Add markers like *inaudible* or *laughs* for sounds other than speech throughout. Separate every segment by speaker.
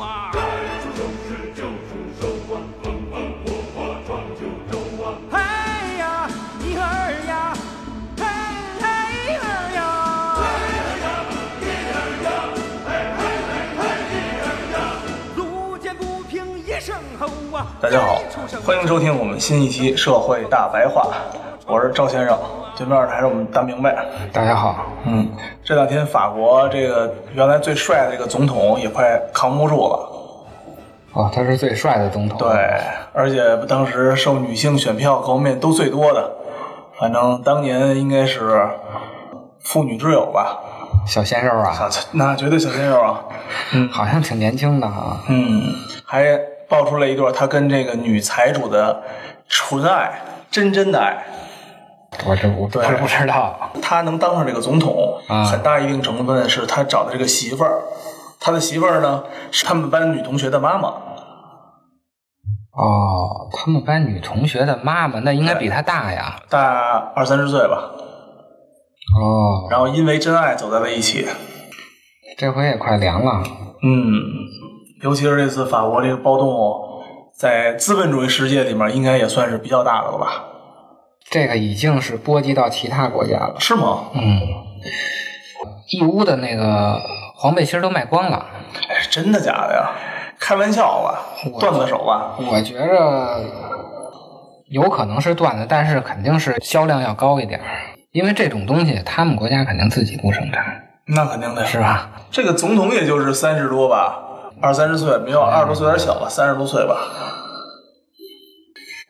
Speaker 1: 啊。哎呀，一儿呀，嘿嘿一儿呀，路见不平一声吼啊！
Speaker 2: 大家好，欢迎收听我们新一期《社会大白话》，我是赵先生，对面的还是我们大明白。
Speaker 3: 大家好，
Speaker 2: 嗯，这两天法国这个原来最帅的这个总统也快扛不住了。
Speaker 3: 哦，他是最帅的总统。
Speaker 2: 对，而且当时受女性选票各方面都最多的，反正当年应该是妇女之友吧，
Speaker 3: 小鲜肉啊，
Speaker 2: 啊，这那绝对小鲜肉啊。
Speaker 3: 好像挺年轻的啊。
Speaker 2: 嗯，还爆出了一段他跟这个女财主的纯爱，真真的爱。
Speaker 3: 我这我不
Speaker 2: 对
Speaker 3: 是不知道。
Speaker 2: 他能当上这个总统，
Speaker 3: 啊
Speaker 2: 很大一定成分是他找的这个媳妇儿，他的媳妇儿呢是他们班女同学的妈妈。
Speaker 3: 哦，他们班女同学的妈妈，那应该
Speaker 2: 对
Speaker 3: 比他大呀。
Speaker 2: 大二三十岁吧，
Speaker 3: 哦，
Speaker 2: 然后因为真爱走在了一起，
Speaker 3: 这回也快凉了。
Speaker 2: 嗯，尤其是这次法国这个暴动，哦在资本主义世界里面应该也算是比较大的了吧？
Speaker 3: 这个已经是波及到其他国家了。
Speaker 2: 是吗？
Speaker 3: 嗯，义乌的那个黄背心儿都卖光了。
Speaker 2: 哎，真的假的呀？开玩笑吧，
Speaker 3: 我
Speaker 2: 段子手吧？
Speaker 3: 我觉着有可能是段子，但是肯定是销量要高一点儿，因为这种东西他们国家肯定自己不生产，
Speaker 2: 那肯定的
Speaker 3: 是吧？
Speaker 2: 这个总统也就是三十多吧，二三十岁，没有二十多岁有点小吧，三十多岁吧。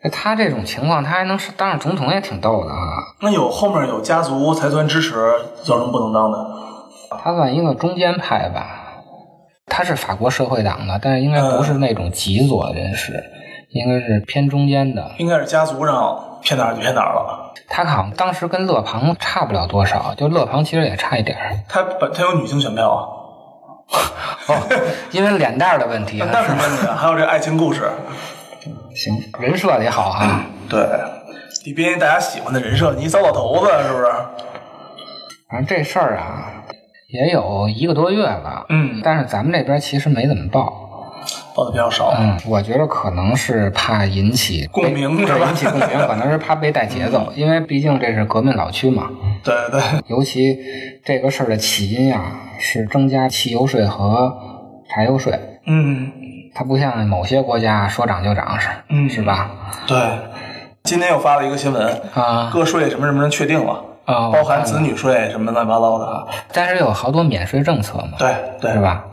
Speaker 3: 那他这种情况，他还能是当上总统也挺逗的啊！
Speaker 2: 那有后面有家族财团支持，有什么不能当的？
Speaker 3: 他算一个中间派吧，他是法国社会党的，但是应该不是
Speaker 2: 嗯
Speaker 3: 那种极左人士，应该是偏中间的。
Speaker 2: 应该是家族让骗哪儿就骗哪儿了。
Speaker 3: 他好像当时跟勒庞差不了多少，就勒庞其实也差一点儿，
Speaker 2: 他本他有女性选票啊，
Speaker 3: 因为脸蛋儿的问题。
Speaker 2: 哦那是
Speaker 3: 是吧
Speaker 2: 问题啊。还有这爱情故事，
Speaker 3: 行，人设得好啊。
Speaker 2: 对，你编一大家喜欢的人设，你一糟老头子是不是？
Speaker 3: 反正这事儿啊，也有一个多月了，
Speaker 2: 嗯
Speaker 3: 但是咱们这边其实没怎么报。
Speaker 2: 报的比较少。
Speaker 3: 嗯，我觉得可能是怕引起被
Speaker 2: 共鸣是吧嗯
Speaker 3: 对引起共鸣，可能是怕被带节奏，因为毕竟这是革命老区嘛。
Speaker 2: *laughs* 对对，
Speaker 3: 尤其这个事儿的起因啊，是增加汽油税和柴油税，
Speaker 2: 嗯，
Speaker 3: 它不像某些国家说涨就涨是，
Speaker 2: 嗯
Speaker 3: 是吧？
Speaker 2: 对。今天又发了一个新闻，
Speaker 3: 啊
Speaker 2: 个税什么什么确定了，
Speaker 3: 啊，
Speaker 2: 嗯包含子
Speaker 3: 子，
Speaker 2: 女税什么乱七八糟的啊。
Speaker 3: 但是有好多免税政策嘛，
Speaker 2: 对对
Speaker 3: 是？吧？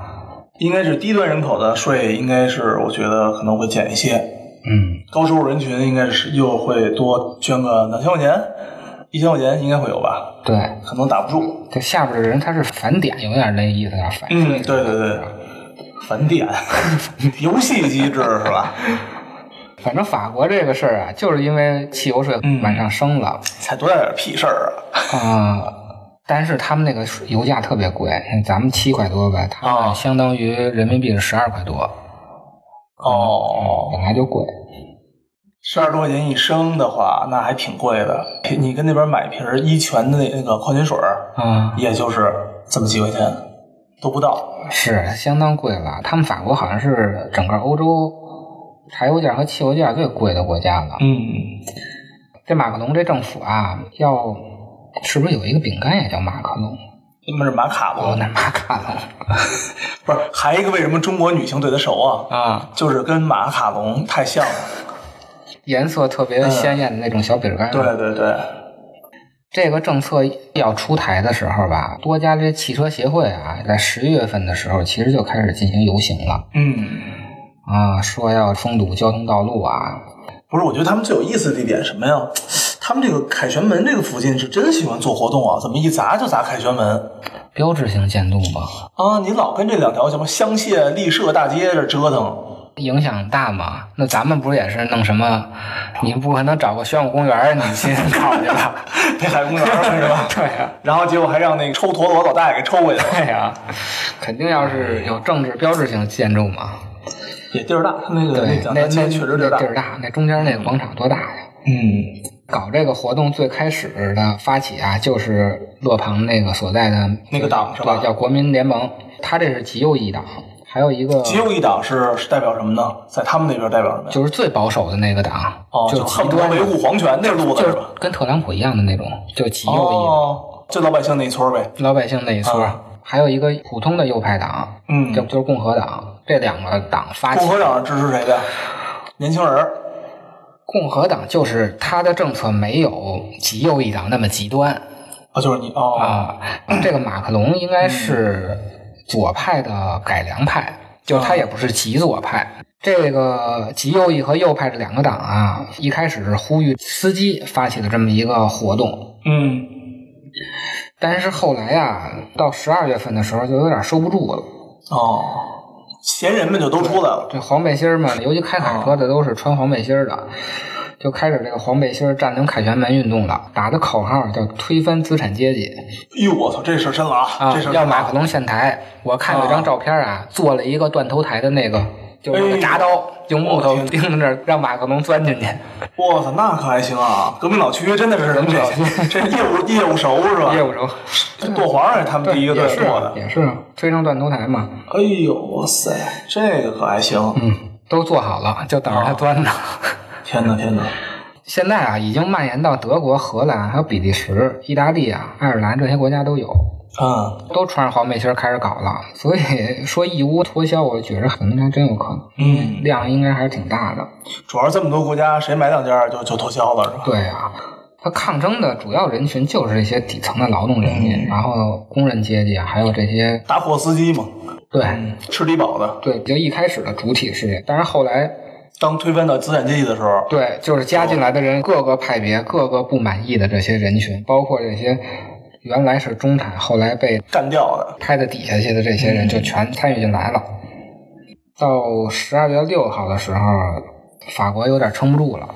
Speaker 2: 应该是低端人口的税，应该是我觉得可能会减一些，
Speaker 3: 嗯，
Speaker 2: 高收入人群应该是又会多捐个两千块钱，一千块钱应该会有吧，
Speaker 3: 对。
Speaker 2: 可能打不住。
Speaker 3: 这下边的人他是返点，有点那意思啊，反
Speaker 2: 嗯，对对对，返点， *laughs* 游戏机制是吧？
Speaker 3: 反正法国这个事儿啊，就是因为汽油税
Speaker 2: 嗯
Speaker 3: 往上升了
Speaker 2: *laughs* 才多大点屁事儿啊！
Speaker 3: 啊、但是他们那个水油价特别贵，咱们七块多吧，他
Speaker 2: 啊
Speaker 3: 们相当于人民币是十二块多，
Speaker 2: 哦，
Speaker 3: 本来就贵。
Speaker 2: 十二多块钱一升的话，那还挺贵的。你跟那边买瓶儿一泉的那个矿泉水儿，
Speaker 3: 啊、
Speaker 2: 也就是这么几块钱，都不到。
Speaker 3: 是相当贵了。他们法国好像是整个欧洲柴油价和汽油价最贵的国家了。
Speaker 2: 嗯，
Speaker 3: 这马克龙这政府啊，要是不是有一个饼干也叫马克龙？
Speaker 2: 那么是马卡
Speaker 3: 哦，
Speaker 2: 龙，
Speaker 3: 那马卡龙
Speaker 2: 不是？还有一个为什么中国女性对他熟啊？
Speaker 3: 啊，
Speaker 2: 就是跟马卡龙太像了。
Speaker 3: 颜色特别鲜艳的那种小饼干。
Speaker 2: 对对对，
Speaker 3: 这个政策要出台的时候吧，多家这汽车协会啊，在十月份的时候，其实就开始进行游行了
Speaker 2: 嗯，
Speaker 3: 啊，说要封堵交通道路啊。
Speaker 2: 不是，我觉得他们最有意思的地点是什么呀？他们这个凯旋门这个附近是真喜欢做活动啊，怎么一砸就砸凯旋门？
Speaker 3: 标志性建筑嘛，
Speaker 2: 啊，你老跟这两条什么香榭丽舍大街这折腾， *laughs*
Speaker 3: 影响大嘛。那咱们不是也是弄什么？你不可能找个宣武公园儿你去 *laughs* 搞去吧？
Speaker 2: 那海公园儿是吧？
Speaker 3: *laughs* 对呀、
Speaker 2: 然后结果还让那个抽陀螺老大爷给抽回去了，
Speaker 3: *laughs* 对呀、啊肯定要是有政治标志性建筑嘛。
Speaker 2: 也地儿大，他那个
Speaker 3: 对，
Speaker 2: 蒋
Speaker 3: 那
Speaker 2: 大
Speaker 3: 那
Speaker 2: 街确实地儿大
Speaker 3: 地。儿大，那中间那广场多大呀？
Speaker 2: 嗯，
Speaker 3: 搞这个活动最开始的发起啊，就是勒庞那个所在的
Speaker 2: 那个党是吧
Speaker 3: 对，叫国民联盟，他这是极右翼党，还有一个
Speaker 2: 极右翼党是是代表什么呢？在他们那边代表什么呀？
Speaker 3: 就是最保守的那个党，
Speaker 2: 哦，
Speaker 3: 就
Speaker 2: 就是恨
Speaker 3: 极
Speaker 2: 不得
Speaker 3: 端
Speaker 2: 维护皇权那路子
Speaker 3: 就是是
Speaker 2: 吧？
Speaker 3: 跟特朗普一样的那种，就极右翼的、
Speaker 2: 哦，就老百姓那一村儿呗。
Speaker 3: 老百姓那一撮儿。
Speaker 2: 啊
Speaker 3: 还有一个普通的右派党，
Speaker 2: 嗯
Speaker 3: 就就是共和党，这两个党发起
Speaker 2: 共和党支持谁的？年轻人儿。
Speaker 3: 共和党就是他的政策没有极右翼党那么极端
Speaker 2: 啊，就是你哦，
Speaker 3: 啊。这个马克龙应该是左派的改良派，就他也不是极左派。这个极右翼和右派这两个党啊，一开始是呼吁司机发起的这么一个活动，
Speaker 2: 嗯，
Speaker 3: 但是后来啊，到十二月份的时候就有点收不住了。
Speaker 2: 哦，闲人们就都出来了。
Speaker 3: 这黄背心儿嘛，尤其开卡车的都是穿黄背心儿的，就开始这个黄背心儿占领凯旋门运动了，打的口号叫推翻资产阶级
Speaker 2: 哎呦，我操，这事儿深了啊，
Speaker 3: 啊
Speaker 2: 这事，儿
Speaker 3: 要
Speaker 2: 深了
Speaker 3: 马克龙下台。我看有一张照片啊，做了一个断头台的那个，
Speaker 2: 哎
Speaker 3: 就是那个铡刀，用木头钉在那儿，让马克龙
Speaker 2: *laughs*
Speaker 3: 钻进去。
Speaker 2: 我操，那可还行啊！革命老区真的是人
Speaker 3: 老 *laughs*
Speaker 2: 这这业务业务熟是吧？
Speaker 3: 业务中，
Speaker 2: 这剁黄儿也是他们第一个
Speaker 3: 也
Speaker 2: 队
Speaker 3: 是
Speaker 2: 做的。
Speaker 3: 也是推成断头台嘛，
Speaker 2: 哎呦，哇塞，这个可还行！
Speaker 3: 嗯，都做好了，就等着他
Speaker 2: 啊
Speaker 3: 钻呢。 *laughs*
Speaker 2: 天哪，天哪！
Speaker 3: 现在啊，已经蔓延到德国、荷兰、还有比利时、意大利啊、爱尔兰这些国家都有。
Speaker 2: 嗯
Speaker 3: 都穿着黄背心儿开始搞了，所以说义乌脱销，我觉着可能还真有可能，
Speaker 2: 嗯，
Speaker 3: 量应该还是挺大的。
Speaker 2: 主要是这么多国家，谁买两件儿就就脱销了是吧？
Speaker 3: 对啊，它抗争的主要人群就是这些底层的劳动人民，然后工人阶级啊，还有这些
Speaker 2: 大货司机嘛，
Speaker 3: 对
Speaker 2: 吃低保的。
Speaker 3: 对，就一开始的主体是这，但是后来
Speaker 2: 当推翻到资产阶级的时候，
Speaker 3: 对，就是加进来的人，各个派别、各个不满意的这些人群，包括这些原来是中产，后来被
Speaker 2: 干掉的。
Speaker 3: 拍的底下去的这些人就全参与进来了。到十二月六号的时候，法国有点撑不住了，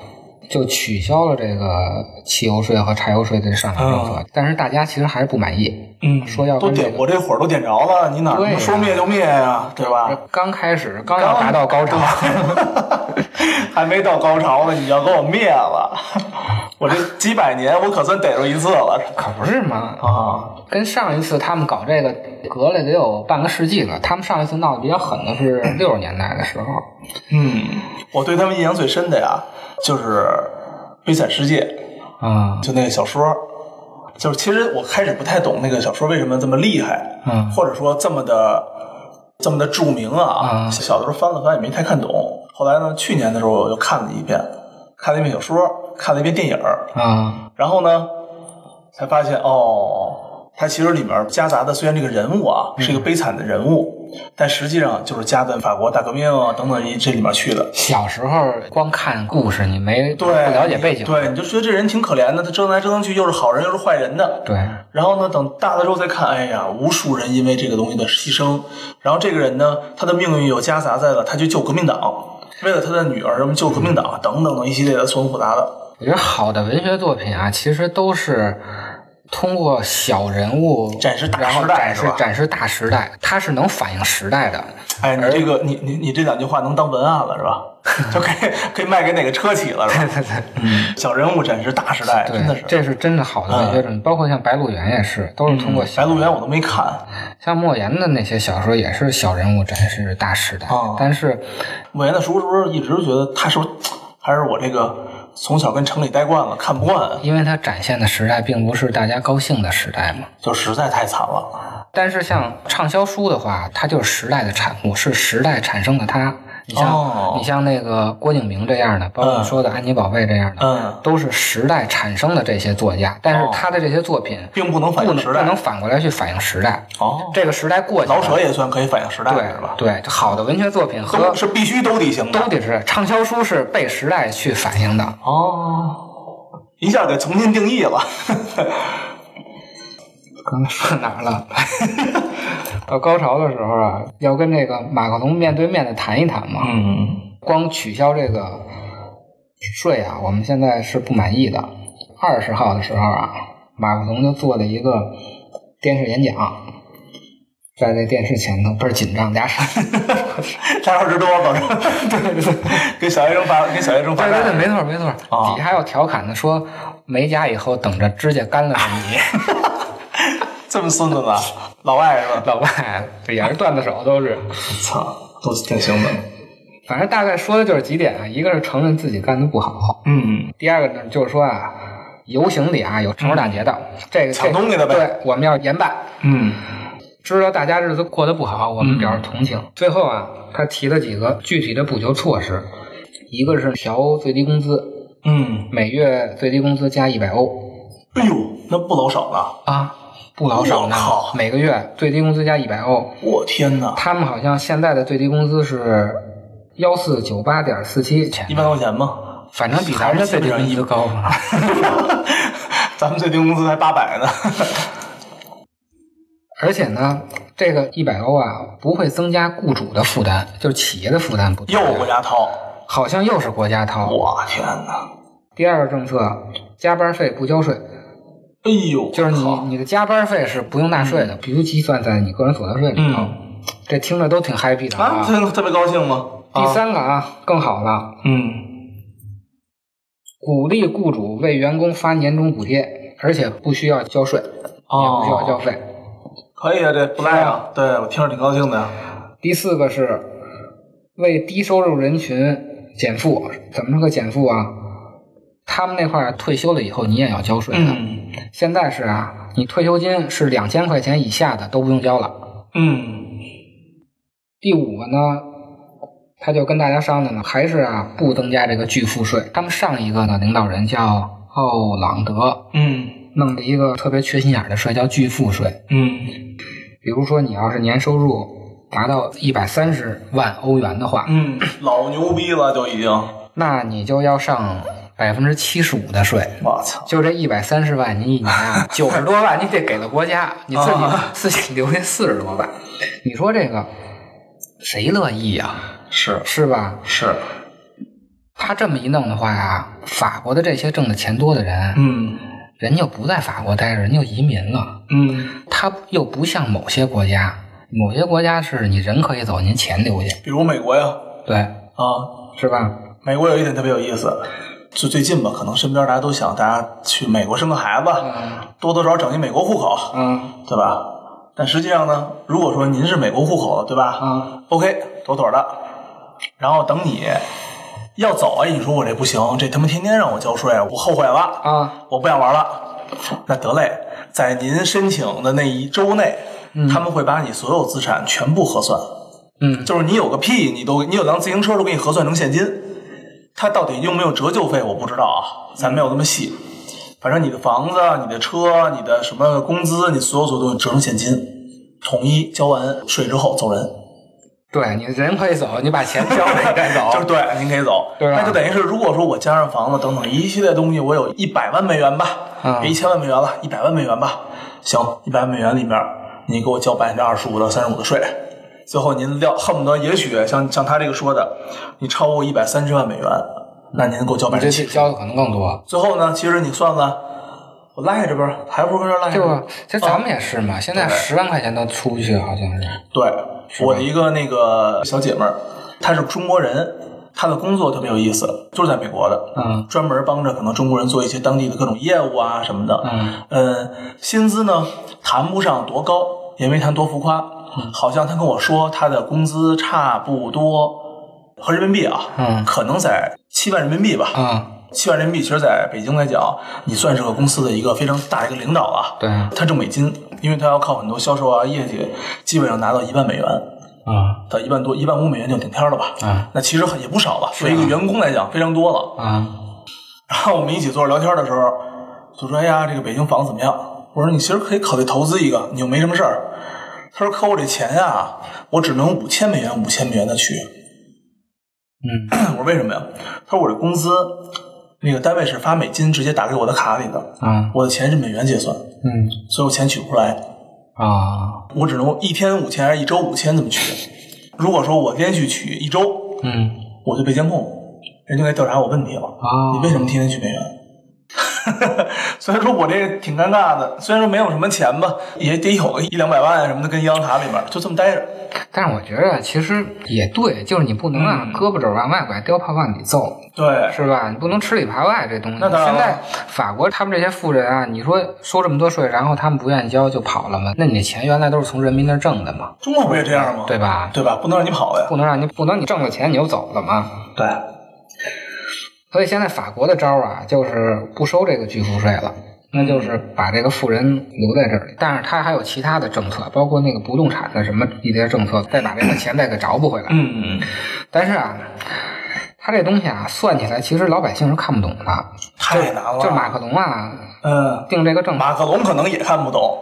Speaker 3: 就取消了这个汽油税和柴油税的上涨政策，但是大家其实还是不满意。
Speaker 2: 嗯，
Speaker 3: 说要
Speaker 2: 都
Speaker 3: 跟这
Speaker 2: 点
Speaker 3: 个
Speaker 2: 我这火儿都点着了，你哪
Speaker 3: 对呀
Speaker 2: 能说灭就灭呀，对吧？
Speaker 3: 刚开始啊刚要达到高潮，
Speaker 2: 啊 *laughs* 还没到高潮呢，你要给我灭了！我这几百年，我可算逮着一次了
Speaker 3: 可不是嘛？
Speaker 2: 啊！
Speaker 3: 跟上一次他们搞这个隔了得有半个世纪了。他们上一次闹得比较狠的是六十年代的时候，
Speaker 2: 嗯，我对他们印象最深的呀，就是《悲惨世界
Speaker 3: 啊》，
Speaker 2: 就那个小说，就是其实我开始不太懂那个小说为什么这么厉害，
Speaker 3: 嗯
Speaker 2: 或者说这么的这么的著名啊。
Speaker 3: 啊
Speaker 2: 小的时候翻了翻也没太看懂，后来呢，去年的时候我又看了一遍，看了一遍小说，看了一遍电影儿，
Speaker 3: 啊，
Speaker 2: 然后呢，才发现哦，它其实里面夹杂的虽然这个人物啊
Speaker 3: 嗯
Speaker 2: 是一个悲惨的人物，但实际上就是夹在法国大革命啊等等一这里面去的。
Speaker 3: 小时候光看故事，你没
Speaker 2: 对，
Speaker 3: 不了解背景，
Speaker 2: 对，你就觉得这人挺可怜的，他折腾来折腾去又是好人又是坏人的。
Speaker 3: 对
Speaker 2: 然后呢，等大了之后再看，哎呀，无数人因为这个东西的牺牲，然后这个人呢，他的命运又夹杂在了，他去救革命党，为了他的女儿，什么救革命党等等等一系列的错综复杂的。
Speaker 3: 我觉得好的文学作品啊，其实都是通过小人物
Speaker 2: 展示大
Speaker 3: 然后
Speaker 2: 时代
Speaker 3: 展
Speaker 2: 是
Speaker 3: 示
Speaker 2: 吧
Speaker 3: 展示大时代，它是能反映时
Speaker 2: *laughs*
Speaker 3: 代的。
Speaker 2: 哎，你这个，你你你这两句话能当文案了是
Speaker 3: *laughs*
Speaker 2: 吧？就可以可以卖给哪个车企了是吧？嗯，小人物展示大时代，真的
Speaker 3: 对，
Speaker 2: 是。嗯
Speaker 3: 这是真的好的文学作品，包括像《白鹿原》也是，都是通过小
Speaker 2: 白鹿原我都没看，
Speaker 3: 像莫言的那些小说也是小人物展示大时代
Speaker 2: 哦，
Speaker 3: 但是
Speaker 2: 莫言的书是不是一直觉得他是不是还是我这个从小跟城里待惯了，看不惯，
Speaker 3: 因为它展现的时代并不是大家高兴的时代嘛。
Speaker 2: 就实在太惨了。
Speaker 3: 但是像畅销书的话，它就是时代的产物，是时代产生的它。你像、
Speaker 2: 哦
Speaker 3: 你像那个郭敬明这样的，包括
Speaker 2: 嗯
Speaker 3: 你说的安妮宝贝这样的，
Speaker 2: 嗯
Speaker 3: 都是时代产生的这些作家，但是
Speaker 2: 哦
Speaker 3: 他的这些作品
Speaker 2: 并不能反
Speaker 3: 不
Speaker 2: 映
Speaker 3: 能
Speaker 2: 时代
Speaker 3: 不能反过来去反映时代。
Speaker 2: 哦，
Speaker 3: 这个时代过去了，
Speaker 2: 老舍也算可以反映时代
Speaker 3: 对
Speaker 2: 是吧？
Speaker 3: 对，好的文学作品和
Speaker 2: 都是必须兜底型
Speaker 3: 都
Speaker 2: 的。
Speaker 3: 得是畅销书是被时代去反映的。
Speaker 2: 哦，一下给重新定 *laughs* 义了。
Speaker 3: *laughs* 刚才说哪儿了？到高潮的时候啊，要跟这个马克龙面对面的谈一谈嘛。
Speaker 2: 嗯，
Speaker 3: 光取消这个呃税啊，我们现在是不满意的。二十号的时候啊，马克龙就做了一个电视演讲，在这电视前头倍儿紧张，俩手 *laughs*
Speaker 2: 差二十多吧，对对对，给小学生发，给小学生
Speaker 3: 对
Speaker 2: 发
Speaker 3: 对对，
Speaker 2: 弹，
Speaker 3: 没错没错。
Speaker 2: 啊
Speaker 3: 底下有调侃的说，美甲以后等着指甲干了吧你。
Speaker 2: 这么孙子呢，老外是吧？
Speaker 3: *laughs* 老外这也是段子手，都是。
Speaker 2: 操，都挺兴奋。
Speaker 3: 反正大概说的就是几点啊，一个是承认自己干的不好，
Speaker 2: 嗯，
Speaker 3: 第二个呢就是说啊，游行里啊有城市打劫的，这个
Speaker 2: 抢东西的呗
Speaker 3: 对，我们要严办。
Speaker 2: 嗯，
Speaker 3: 知道大家日子过得不好，我们表示同情。最后啊，他提了几个具体的补救措施，一个是调最低工资，
Speaker 2: 嗯，
Speaker 3: 每月最低工资加一百欧
Speaker 2: 哎呦，那不老少了，
Speaker 3: 啊，不老少呢
Speaker 2: 我靠。
Speaker 3: 每个月最低工资加一百欧，
Speaker 2: 我天哪，
Speaker 3: 他们好像现在的最低工资是幺四九八点四七钱
Speaker 2: 一，百多块钱吗？ *laughs*
Speaker 3: 反正比咱们的最低工资高。
Speaker 2: 咱们最低工资才八百呢。 *laughs*
Speaker 3: 而且呢，这个一百欧啊，不会增加雇主的负担，就是企业的负担不大
Speaker 2: 又国家掏，
Speaker 3: 好像又是国家掏。
Speaker 2: 我天哪！
Speaker 3: 第二个政策，加班费不交税，
Speaker 2: 哎呦，
Speaker 3: 就是你
Speaker 2: 靠
Speaker 3: 你的加班费是不用纳税的，必须计算在你个人所得税里头。
Speaker 2: 嗯
Speaker 3: 这听着都挺 happy 的
Speaker 2: 啊，
Speaker 3: 啊。
Speaker 2: 特特别高兴吗？
Speaker 3: 第
Speaker 2: 啊，
Speaker 3: 三个啊，更好了，
Speaker 2: 嗯，
Speaker 3: 鼓励雇主为员工发年终补贴，而且不需要交税，也不需要交
Speaker 2: 哦，
Speaker 3: 费。
Speaker 2: 可以啊，这不赖啊，对我听着挺高兴的呀。
Speaker 3: 第四个是为低收入人群减负，怎么是个减负啊？他们那块儿退休了以后，你也要交税的。
Speaker 2: 嗯
Speaker 3: 现在是啊，你退休金是两千块钱以下的都不用交了。
Speaker 2: 嗯，
Speaker 3: 第五个呢，他就跟大家商量了，还是啊不增加这个巨富税。他们上一个呢领导人叫奥朗德，
Speaker 2: 嗯
Speaker 3: 弄了一个特别缺心眼儿的税叫巨富税。
Speaker 2: 嗯
Speaker 3: 比如说你要是年收入达到一百三十万欧元的话，
Speaker 2: 嗯，老牛逼了就已经，
Speaker 3: 那你就要上百分之七十五的税。
Speaker 2: 我操！
Speaker 3: 就这一百三十万，你一年啊九十多万，你得给了国家，你自己
Speaker 2: 啊
Speaker 3: 自己留下四十多万，你说这个谁乐意呀、
Speaker 2: 是
Speaker 3: 是吧？
Speaker 2: 是，
Speaker 3: 他这么一弄的话呀，法国的这些挣的钱多的人，
Speaker 2: 嗯
Speaker 3: 人就不在法国待着，人就移民了。
Speaker 2: 嗯，
Speaker 3: 他又不像某些国家，某些国家是你人可以走，您钱留下，
Speaker 2: 比如美国呀
Speaker 3: 对，
Speaker 2: 啊，
Speaker 3: 是吧？
Speaker 2: 美国有一点特别有意思，就最近吧，可能身边大家都想大家去美国生个孩子，多多少少整一美国户口，
Speaker 3: 嗯
Speaker 2: 对吧？但实际上呢，如果说您是美国户口的，对吧？
Speaker 3: 嗯
Speaker 2: OK，妥妥的。然后等你要走啊，你说我这不行，这他妈天天让我交税，我后悔了，
Speaker 3: 啊，
Speaker 2: 我不想玩了。那得嘞，在您申请的那一周内，他们会把你所有资产全部核算。
Speaker 3: 嗯
Speaker 2: 就是你有个屁，你都你有辆自行车都给你核算成现金，它到底有没有折旧费我不知道啊，咱没有那么细。反正你的房子、啊你的车、你的什么工资，你所有所有东西折成现金，统一交完税之后走人，
Speaker 3: 对你人可以走，你把钱交了你再
Speaker 2: *laughs*
Speaker 3: 走，
Speaker 2: 就是对，您可以走。
Speaker 3: 对啊吧
Speaker 2: 那就等于是，如果说我加上房子等等一系列东西，我有一百万美元吧，
Speaker 3: 嗯
Speaker 2: 一千万美元了，一百万美元吧，行，一百万美元里面你给我交百分之二十五到三十五的税，最后您料恨不得也许像像他这个说的，你超过一百三十万美元，那您给我交百
Speaker 3: 你
Speaker 2: 分之
Speaker 3: 这
Speaker 2: 七。
Speaker 3: 交的可能更多。
Speaker 2: 最后呢，其实你算算，我赖着吧，还不如跟这赖
Speaker 3: 对
Speaker 2: 着
Speaker 3: 吧。？其实咱们也是
Speaker 2: 哦
Speaker 3: 嘛，现在十万块钱都出不去，好像是。
Speaker 2: 对，我的一个那个小姐妹儿，她是中国人，她的工作特别有意思，就是在美国的，
Speaker 3: 嗯
Speaker 2: 专门帮着可能中国人做一些当地的各种业务啊什么的。
Speaker 3: 嗯
Speaker 2: 嗯，薪资呢谈不上多高，也没谈多浮夸，
Speaker 3: 嗯
Speaker 2: 好像他跟我说他的工资差不多合人民币啊，
Speaker 3: 嗯
Speaker 2: 可能在七万人民币吧。
Speaker 3: 啊，
Speaker 2: 七万人民币其实在北京来讲，你算是个公司的一个非常大的一个领导啊。
Speaker 3: 对啊
Speaker 2: 他挣美金，因为他要靠很多销售啊业绩，基本上拿到一万美元
Speaker 3: 啊
Speaker 2: 到一万多、一万五美元就顶天儿了吧。
Speaker 3: 啊
Speaker 2: 那其实很也不少了，对于一个员工来讲非常多了。
Speaker 3: 啊！
Speaker 2: 然后我们一起坐着聊天的时候，就说：“哎呀，这个北京房怎么样？”我说：“你其实可以考虑投资一个，你又没什么事儿。”他说：“可我这钱呀、我只能五千美元、五千美元的取。” *clears throat*
Speaker 3: 嗯
Speaker 2: 我说：“为什么呀？”他说：“我这工资那个单位是发美金直接打给我的卡里的，
Speaker 3: 啊
Speaker 2: 我的钱是美元结算，
Speaker 3: 嗯
Speaker 2: 所以我钱取不出来。
Speaker 3: 啊，
Speaker 2: 我只能一天五千还是一周五千这么取。如果说我连续取一周，
Speaker 3: 嗯，
Speaker 2: 我就被监控，人就该调查我问题了。
Speaker 3: 啊
Speaker 2: 你为什么天天取美元？哦 *laughs* 虽然说我这挺尴尬的，虽然说没有什么钱吧，也得有个一两百万什么的跟银行卡里面，就这么待着。
Speaker 3: 但是我觉得其实也对，就是你不能啊，
Speaker 2: 嗯
Speaker 3: 胳膊肘往外拐，雕怕往里揍，
Speaker 2: 对，
Speaker 3: 是吧？你不能吃里扒外这东西。
Speaker 2: 那当然
Speaker 3: 现
Speaker 2: 了
Speaker 3: 在法国他们这些富人啊，你说收这么多税，然后他们不愿意交就跑了嘛？那你的钱原来都是从人民那儿挣的嘛，
Speaker 2: 中国不也这样吗？
Speaker 3: 对吧？
Speaker 2: 对吧？不能让你跑呀。
Speaker 3: 不能让你不能你挣了钱你就走了嘛。
Speaker 2: 对，
Speaker 3: 所以现在法国的招儿啊，就是不收这个巨富税了。那就是把这个富人留在这里，但是他还有其他的政策，包括那个不动产的什么一些政策，再把这个钱再给找补回来。
Speaker 2: 嗯，
Speaker 3: 但是啊，他这东西啊，算起来其实老百姓是看不懂的。
Speaker 2: 太难了。
Speaker 3: 就马克龙啊，
Speaker 2: 嗯，
Speaker 3: 定这个政策，
Speaker 2: 马克龙可能也看不 *laughs* 懂，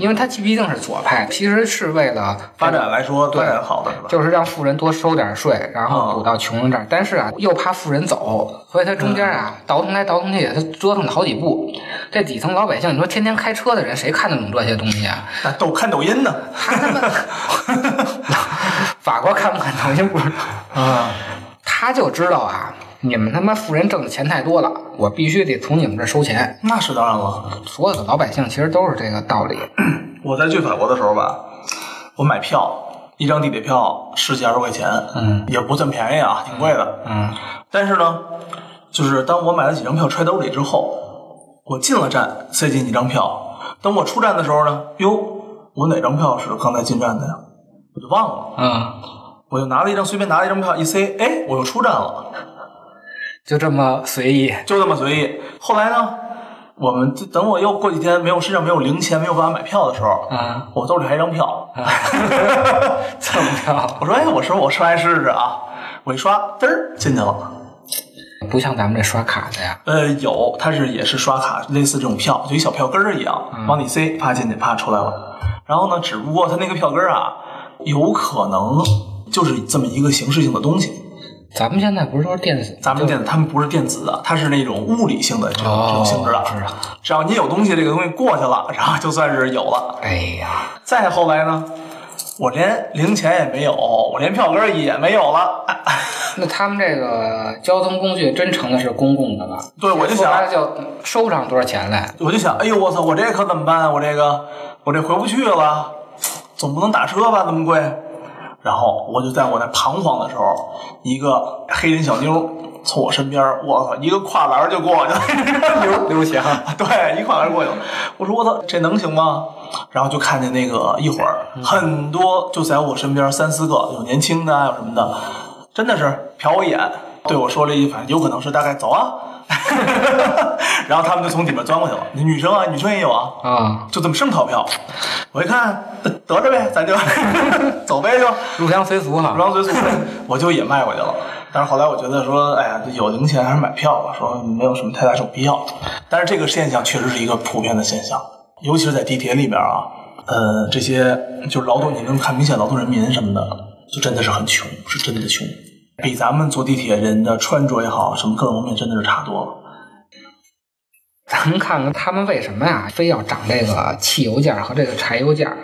Speaker 3: 因为他毕竟是左派，其实是为了
Speaker 2: 发展来说
Speaker 3: 对
Speaker 2: 发展好的是吧？
Speaker 3: 就是让富人多收点税，然后
Speaker 2: 哦
Speaker 3: 补到穷人这儿。但是啊，又怕富人走，所以他中间啊倒腾来倒腾去，他折腾了好几步。这底层老百姓，你说天天开车的人，谁看得懂这些东西啊？
Speaker 2: 那抖看抖音呢？
Speaker 3: 他他妈，法国看不看抖音不知
Speaker 2: *laughs*
Speaker 3: 道，
Speaker 2: 啊，
Speaker 3: 他就知道啊，你们他妈富人挣的钱太多了，我必须得从你们这儿收钱。
Speaker 2: 那是当然了。
Speaker 3: 所有的老百姓其实都是这个道理。
Speaker 2: 我在去法国的时候吧，我买票，一张地铁票十几二十块钱，
Speaker 3: 嗯
Speaker 2: 也不算便宜啊，挺贵的。
Speaker 3: 嗯
Speaker 2: 但是呢，就是当我买了几张票揣兜里之后，我进了站，塞进几张票。等我出站的时候呢，哟，我哪张票是刚才进站的呀？我就忘了，
Speaker 3: 嗯，
Speaker 2: 我就拿了一张随便拿了一张票一塞，哎，我又出站了。
Speaker 3: 就这么随意。
Speaker 2: 就这么随意。后来呢，我们就等我又过几天没有身上没有零钱，没有办法买票的时候，
Speaker 3: 啊
Speaker 2: 我兜里还一张票，
Speaker 3: *laughs* 这么着，
Speaker 2: 我说哎，我说我刷一试试啊，我一刷，嘚儿进去了。
Speaker 3: 不像咱们这刷卡的呀。
Speaker 2: 呃，有，它是也是刷卡，类似这种票，就一小票根儿一样，往里塞，啪进去，啪出来了。然后呢，只不过它那个票根儿啊，有可能就是这么一个形式性的东西。
Speaker 3: 咱们现在不是说电子，
Speaker 2: 咱们电子，他们不是电子的，它是那种物理性的这种、
Speaker 3: 哦
Speaker 2: 这种性质的
Speaker 3: 知道。
Speaker 2: 只要你有东西，这个东西过去了，然后就算是有了。
Speaker 3: 哎呀，
Speaker 2: 再后来呢，我连零钱也没有，我连票根儿也没有了。啊
Speaker 3: 那他们这个交通工具真成的是公共的了。
Speaker 2: 对我就
Speaker 3: 说
Speaker 2: 想
Speaker 3: 白了就收不上多少钱来。
Speaker 2: 我就想，哎呦，我操，我这可怎么办？我这个，我这回不去了，总不能打车吧？那么贵。然后我就在我那彷徨的时候，一个黑人小妞从我身边，我操，一个跨栏就过去了， *laughs*
Speaker 3: 刘刘翔，
Speaker 2: 对，一块而过去了。我说我操，这能行吗？然后就看见那个一会儿很多就在我身边三四个，有年轻的啊，有什么的，真的是瞟我一眼，对我说了一句，反正有可能是大概走啊。 *laughs* 然后他们就从里面钻过去了，女生啊，女生也有啊，
Speaker 3: 啊，
Speaker 2: 就这么生逃票。我一看，得得着呗，咱就 *laughs* 走呗就。
Speaker 3: 入乡随俗哈。
Speaker 2: 装随俗，我就也迈过去了。但是后来我觉得说，哎呀，有零钱还是买票吧，说没有什么太大这种必要。但是这个现象确实是一个普遍的现象，尤其是在地铁里面啊，呃，这些就是劳动，你能看明显劳动人民什么的，就真的是很穷，是真的穷，比咱们坐地铁人的穿着也好，什么各种方面真的是差多了。
Speaker 3: 咱们看看他们为什么呀，非要涨这个汽油价和这个柴油价。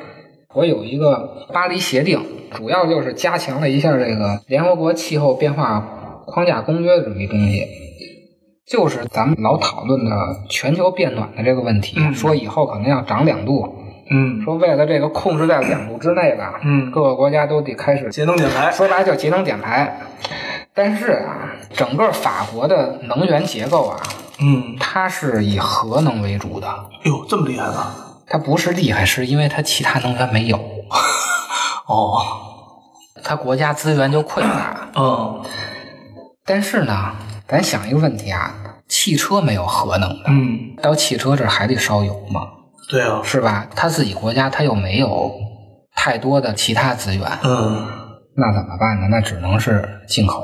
Speaker 3: 我有一个巴黎协定，主要就是加强了一下这个联合国气候变化框架公约的这么一东西，就是咱们老讨论的全球变暖的这个问题，
Speaker 2: 嗯
Speaker 3: 说以后可能要涨两度，
Speaker 2: 嗯，
Speaker 3: 说为了这个控制在两度之内吧，
Speaker 2: 嗯
Speaker 3: 各个国家都得开始
Speaker 2: 节能减排，
Speaker 3: 说白了就是节能减排。但是啊，整个法国的能源结构啊，
Speaker 2: 嗯，
Speaker 3: 它是以核能为主的，
Speaker 2: 哟，这么厉害呢？
Speaker 3: 它不是厉害，是因为它其他能源没有，
Speaker 2: 哦，
Speaker 3: 它国家资源就匮乏。
Speaker 2: 嗯
Speaker 3: 但是呢，咱想一个问题啊，汽车没有核能的，
Speaker 2: 嗯，
Speaker 3: 到汽车这儿还得烧油嘛，
Speaker 2: 对啊，
Speaker 3: 是吧？它自己国家它又没有太多的其他资源，
Speaker 2: 嗯
Speaker 3: 那怎么办呢？那只能是进口，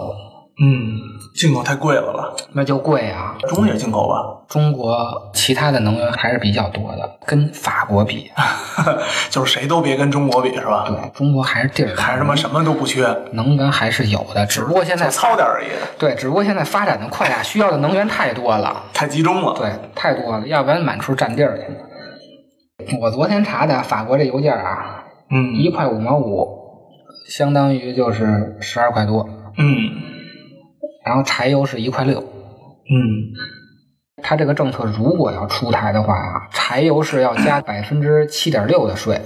Speaker 2: 嗯，进口太贵了吧？
Speaker 3: 那就贵啊。
Speaker 2: 中国也进口吧， *laughs*
Speaker 3: 中国其他的能源还是比较多的，跟法国比，
Speaker 2: 就是谁都别跟中国比是吧？
Speaker 3: 对，中国还是地儿大
Speaker 2: 还是他妈什么都不缺，
Speaker 3: 能源还是有的，只不过现在
Speaker 2: 就糙点儿而已，
Speaker 3: 对，只不过现在发展的快啊，需要的能源太多了，
Speaker 2: 太集中了。
Speaker 3: 对，太多了，要不然满处占地儿去。我昨天查的法国这油价啊，
Speaker 2: 嗯
Speaker 3: 一块五毛五，相当于就是十二块多。
Speaker 2: 嗯
Speaker 3: 然后柴油是一块六。
Speaker 2: 嗯
Speaker 3: 它这个政策如果要出台的话啊，柴油是要加百分之七点六的税，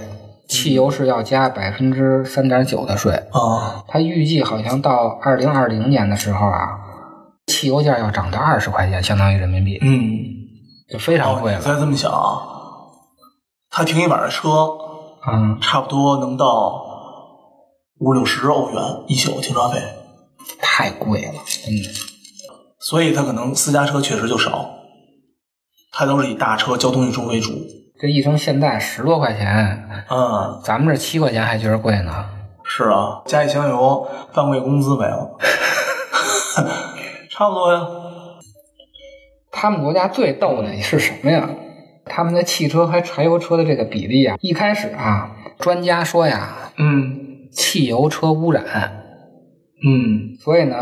Speaker 3: 汽油是要加百分之三点九的税。
Speaker 2: 啊，
Speaker 3: 它预计好像到二零二零年的时候啊，汽油价要涨到二十块钱，相当于人民币，
Speaker 2: 嗯，
Speaker 3: 就非常贵
Speaker 2: 哦，你
Speaker 3: 了。
Speaker 2: 再这么想啊，他停一晚上车，
Speaker 3: 嗯，
Speaker 2: 差不多能到五六十欧元一宿停车费，
Speaker 3: 太贵了，嗯真的。
Speaker 2: 所以他可能私家车确实就少，他都是以大车交通运输为主。
Speaker 3: 这一升现在十多块钱，
Speaker 2: 嗯，
Speaker 3: 咱们这七块钱还觉得贵呢。
Speaker 2: 是啊，加一箱油，半个月工资没了， *laughs* 差不多呀。
Speaker 3: 他们国家最逗的是什么呀？他们的汽车和柴油车的这个比例啊，一开始啊，专家说呀，
Speaker 2: 嗯
Speaker 3: 汽油车污染，
Speaker 2: 嗯
Speaker 3: 所以呢，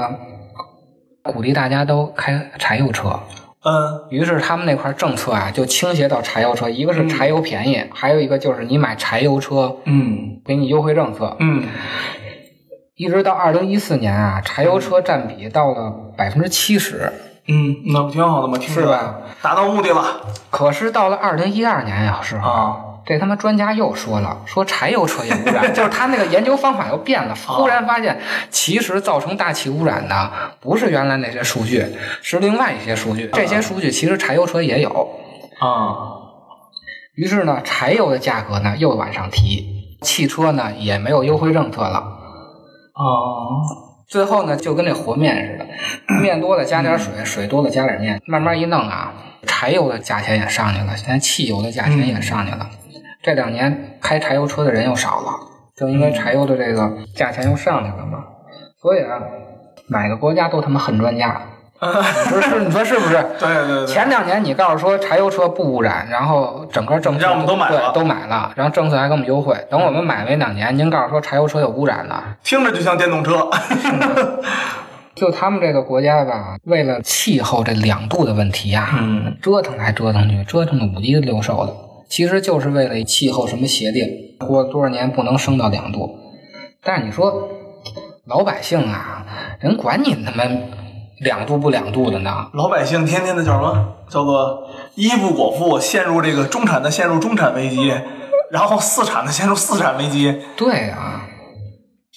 Speaker 3: 鼓励大家都开柴油车。
Speaker 2: 嗯
Speaker 3: 于是他们那块政策啊，就倾斜到柴油车，一个是柴油便宜，还有一个就是你买柴油车
Speaker 2: 嗯
Speaker 3: 给你优惠政策。
Speaker 2: 嗯
Speaker 3: 一直到二零一四年啊，柴油车占比到了百分之七十。
Speaker 2: 嗯，那不挺好的吗？听着
Speaker 3: 是吧？
Speaker 2: 达到目的了
Speaker 3: 可是到了二零一二年呀，时候
Speaker 2: 啊！
Speaker 3: 这他妈专家又说了，说柴油车也污染，就是他那个研究方法又变了，忽然发现其实造成大气污染的不是原来那些数据，是另外一些数据。这些数据其实柴油车也有。
Speaker 2: 啊，
Speaker 3: 于是呢，柴油的价格呢又往上提，汽车呢也没有优惠政策了。
Speaker 2: 哦，
Speaker 3: 最后呢，就跟那和面似的，面多了加点水，水多了加点面，慢慢一弄啊，柴油的价钱也上去了，现在汽油的价钱
Speaker 2: 嗯
Speaker 3: 也上去了。这两年开柴油车的人又少了，就
Speaker 2: 嗯
Speaker 3: 因为柴油的这个价钱又上去了嘛。所以啊，哪个国家都他妈恨
Speaker 2: *laughs*
Speaker 3: 专家，你说是？你说是不是？
Speaker 2: 对对对，
Speaker 3: 前两年你告诉说柴油车不污染，然后整个政策
Speaker 2: 让我们都买了
Speaker 3: 对都买了，然后政策还给我们优惠。等我们买没两年，您告诉说柴油车有污染了，
Speaker 2: 听着就像电动车。
Speaker 3: 就他们这个国家吧，为了气候这两度的问题呀、
Speaker 2: 嗯
Speaker 3: 折腾来折腾去，折腾的五滴六瘦的，其实就是为了气候什么协定，过多少年不能升到两度。但是你说老百姓啊，人管你他妈两度不两度的呢？
Speaker 2: 老百姓天天的叫什么？叫做衣不果腹，陷入这个中产的陷入中产危机，然后四产的陷入四产危机。
Speaker 3: 对啊，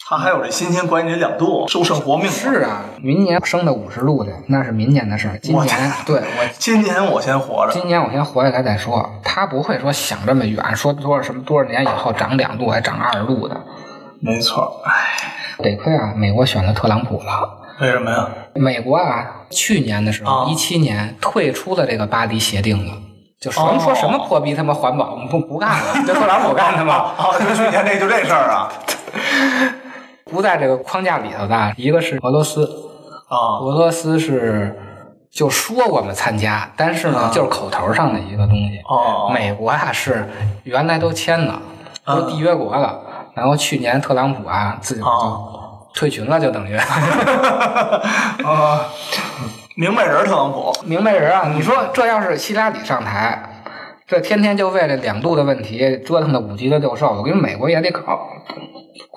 Speaker 2: 他还有这心情管你这两度，收胜活命。
Speaker 3: 是啊，明年升到五十度去，那是明年的事儿。今
Speaker 2: 我
Speaker 3: 年对我
Speaker 2: 今年我先活着。
Speaker 3: 今年我先活下来再说，他不会说想这么远，说多少什么多少年以后涨两度还涨二十度的。
Speaker 2: 没错，哎，
Speaker 3: 得亏啊，美国选了特朗普了。
Speaker 2: 为什么呀？
Speaker 3: 美国啊，去年的时
Speaker 2: 啊
Speaker 3: 候，一七、年退出了这个巴黎协定了，就什么
Speaker 2: 哦
Speaker 3: 说什么破逼他妈环保，我们不不干了，这特朗普干
Speaker 2: *laughs*
Speaker 3: 的嘛，
Speaker 2: 哦，就去年这就这事儿 *laughs* 啊。
Speaker 3: 不在这个框架里头的。啊一个是俄罗斯，
Speaker 2: 啊，
Speaker 3: 俄罗斯是就说我们参加，但是呢，就是口头上的一个东西。
Speaker 2: 嗯哦嗯
Speaker 3: 美国啊是原来都签了，都缔约国了，然后去年特朗普啊自己
Speaker 2: 哦 *laughs*
Speaker 3: 就退群了，就等于。
Speaker 2: 啊，明白人儿特朗普。
Speaker 3: 明白人啊，你说这要是希拉里上台，这天天就为了两度的问题折腾的五级的六兽，我跟美国也得搞，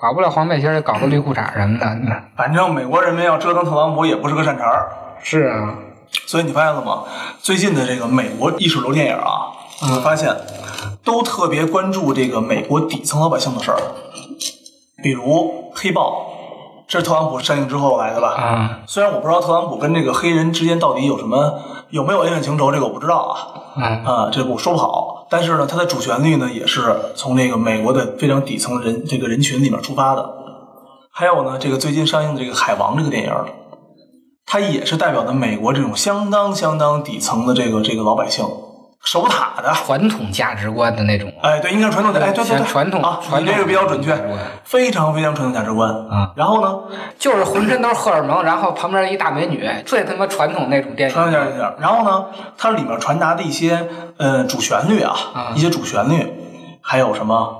Speaker 3: 搞不了黄背心儿，搞个绿裤衩什么的。那
Speaker 2: 反正美国人民要折腾特朗普也不是个善茬儿，
Speaker 3: 是啊，
Speaker 2: 所以你发现了吗？最近的这个美国意识流电影啊，你会发现都特别关注这个美国底层老百姓的事儿，比如《黑豹》，这是特朗普上映之后来的吧？
Speaker 3: 啊
Speaker 2: 虽然我不知道特朗普跟这个黑人之间到底有什么有没有恩怨情仇，这个我不知道啊，
Speaker 3: 嗯，
Speaker 2: 啊、这个我说不好。但是呢，它的主旋律呢也是从这个美国的非常底层人这个人群里面出发的。还有呢，这个最近上映的这个《海王》这个电影儿，它也是代表的美国这种相当相当底层的这个这个老百姓，守塔的，
Speaker 3: 传统价值观的那种
Speaker 2: 哎，对，应该是传统的，哎，对对对，
Speaker 3: 传统
Speaker 2: 啊，
Speaker 3: 传
Speaker 2: 你
Speaker 3: 统
Speaker 2: 这个比较准确
Speaker 3: 价值观，
Speaker 2: 非常非常传统价值观
Speaker 3: 啊。
Speaker 2: 然后呢，
Speaker 3: 就是浑身都是荷尔蒙，然后旁边一大美女，最他妈传统那种电
Speaker 2: 传统
Speaker 3: 影。
Speaker 2: 价值观。然后呢，它里面传达的一些呃主旋律啊，
Speaker 3: 啊
Speaker 2: 一些主旋律，还有什么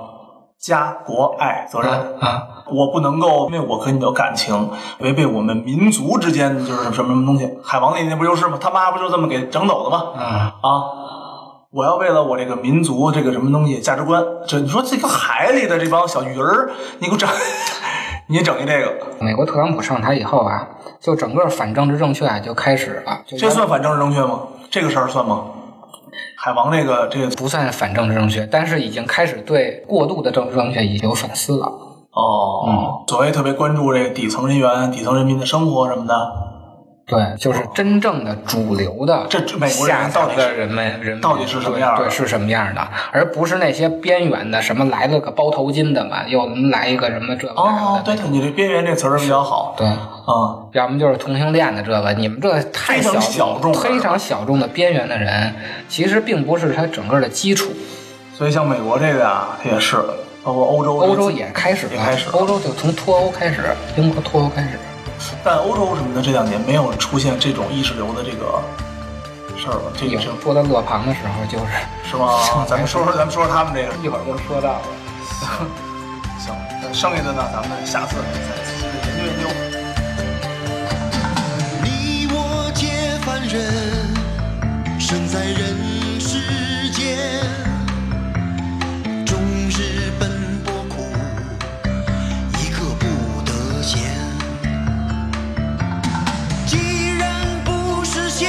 Speaker 2: 家国爱责任。
Speaker 3: 啊，
Speaker 2: 我不能够因为我和你的感情违背我们民族之间就是什么什么东西。海王那那不就是吗？他妈不就这么给整走的吗？
Speaker 3: 啊，
Speaker 2: 啊，我要为了我这个民族这个什么东西价值观，这你说这个海里的这帮小鱼儿，你给我整， *laughs* 你整一这个，
Speaker 3: 美国特朗普上台以后啊，就整个反政治正确啊就开始了，就
Speaker 2: 这算反政治正确吗？这个事儿算吗？海王这个这个
Speaker 3: 不算反政治正确，但是已经开始对过度的政治正确已经有反思了。
Speaker 2: 哦，所谓特别关注这个底层人员、底层人民的生活什么的，
Speaker 3: 对，就是真正的主流的
Speaker 2: 哦这这美国人
Speaker 3: 下
Speaker 2: 到底
Speaker 3: 层
Speaker 2: 是
Speaker 3: 的人们人们
Speaker 2: 到底是什么样儿的
Speaker 3: 对，是什么样儿的，而不是那些边缘的，什么来了个包头巾的嘛，又来一个什么这个那
Speaker 2: 哦
Speaker 3: 个，
Speaker 2: 对
Speaker 3: 的
Speaker 2: 对，你这边缘这词儿比较好
Speaker 3: 对，
Speaker 2: 啊，
Speaker 3: 要么就是同性恋的这个，你们这太
Speaker 2: 非常小
Speaker 3: 小
Speaker 2: 众了
Speaker 3: 非常小众的边缘的人，其实并不是他整个的基础。
Speaker 2: 所以像美国这个啊，它也是，包括欧洲这个，
Speaker 3: 欧洲也开始
Speaker 2: 也
Speaker 3: 了，
Speaker 2: 开始了
Speaker 3: 欧洲就从脱欧开始，英国脱欧开始。
Speaker 2: 但欧洲什么的这两年没有出现这种意识流的这个事儿了，这
Speaker 3: 有
Speaker 2: 个是
Speaker 3: 说到勒庞的时候，就是
Speaker 2: 是
Speaker 3: *laughs*
Speaker 2: 吗？咱们说说，咱们说说他们这个
Speaker 3: 一会儿就说到了。
Speaker 2: 行，那嗯剩下的呢，咱们下次再仔细的研究研究。
Speaker 4: 你我皆凡人，生在人世间，终日奔波苦，一刻不得闲。既然不实现，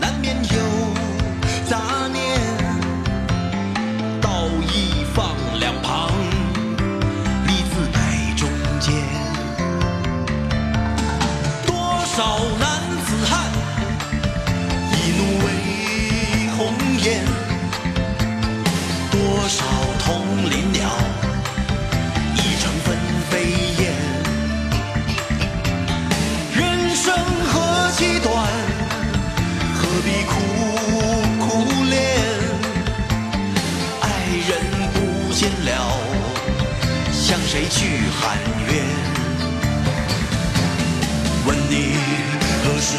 Speaker 4: 难免有杂念，道义放两旁，利字摆中间。多少男子汉，一怒为红颜；多少同林鸟，一成纷飞燕。人生何其短，何必苦苦恋？爱人不见了，向谁去喊冤？问你何时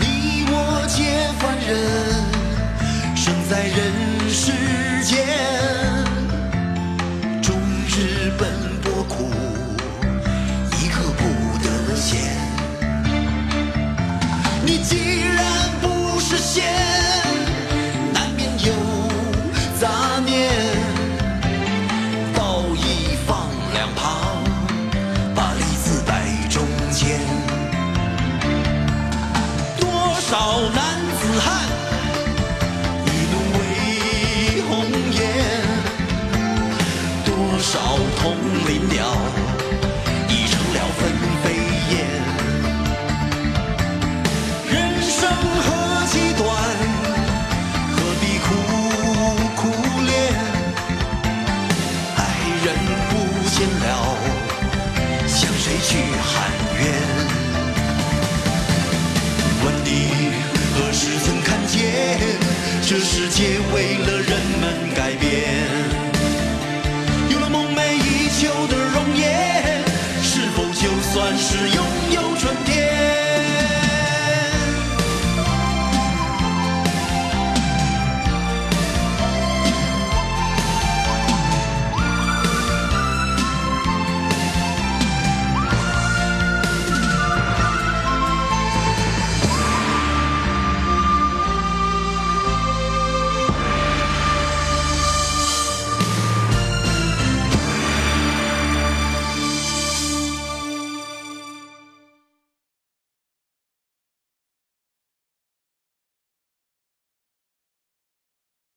Speaker 4: 你我皆凡人，生在人世间，终日奔波苦，一刻不得闲。你既然不实现，难免有杂念，道义放两旁，把利字摆中间。多少男子汉，一怒为红颜；多少同林鸟，已成了纷飞燕。人生何其短，何必苦苦恋？爱人不见了，向谁去喊冤？问你何时曾看见这世界为了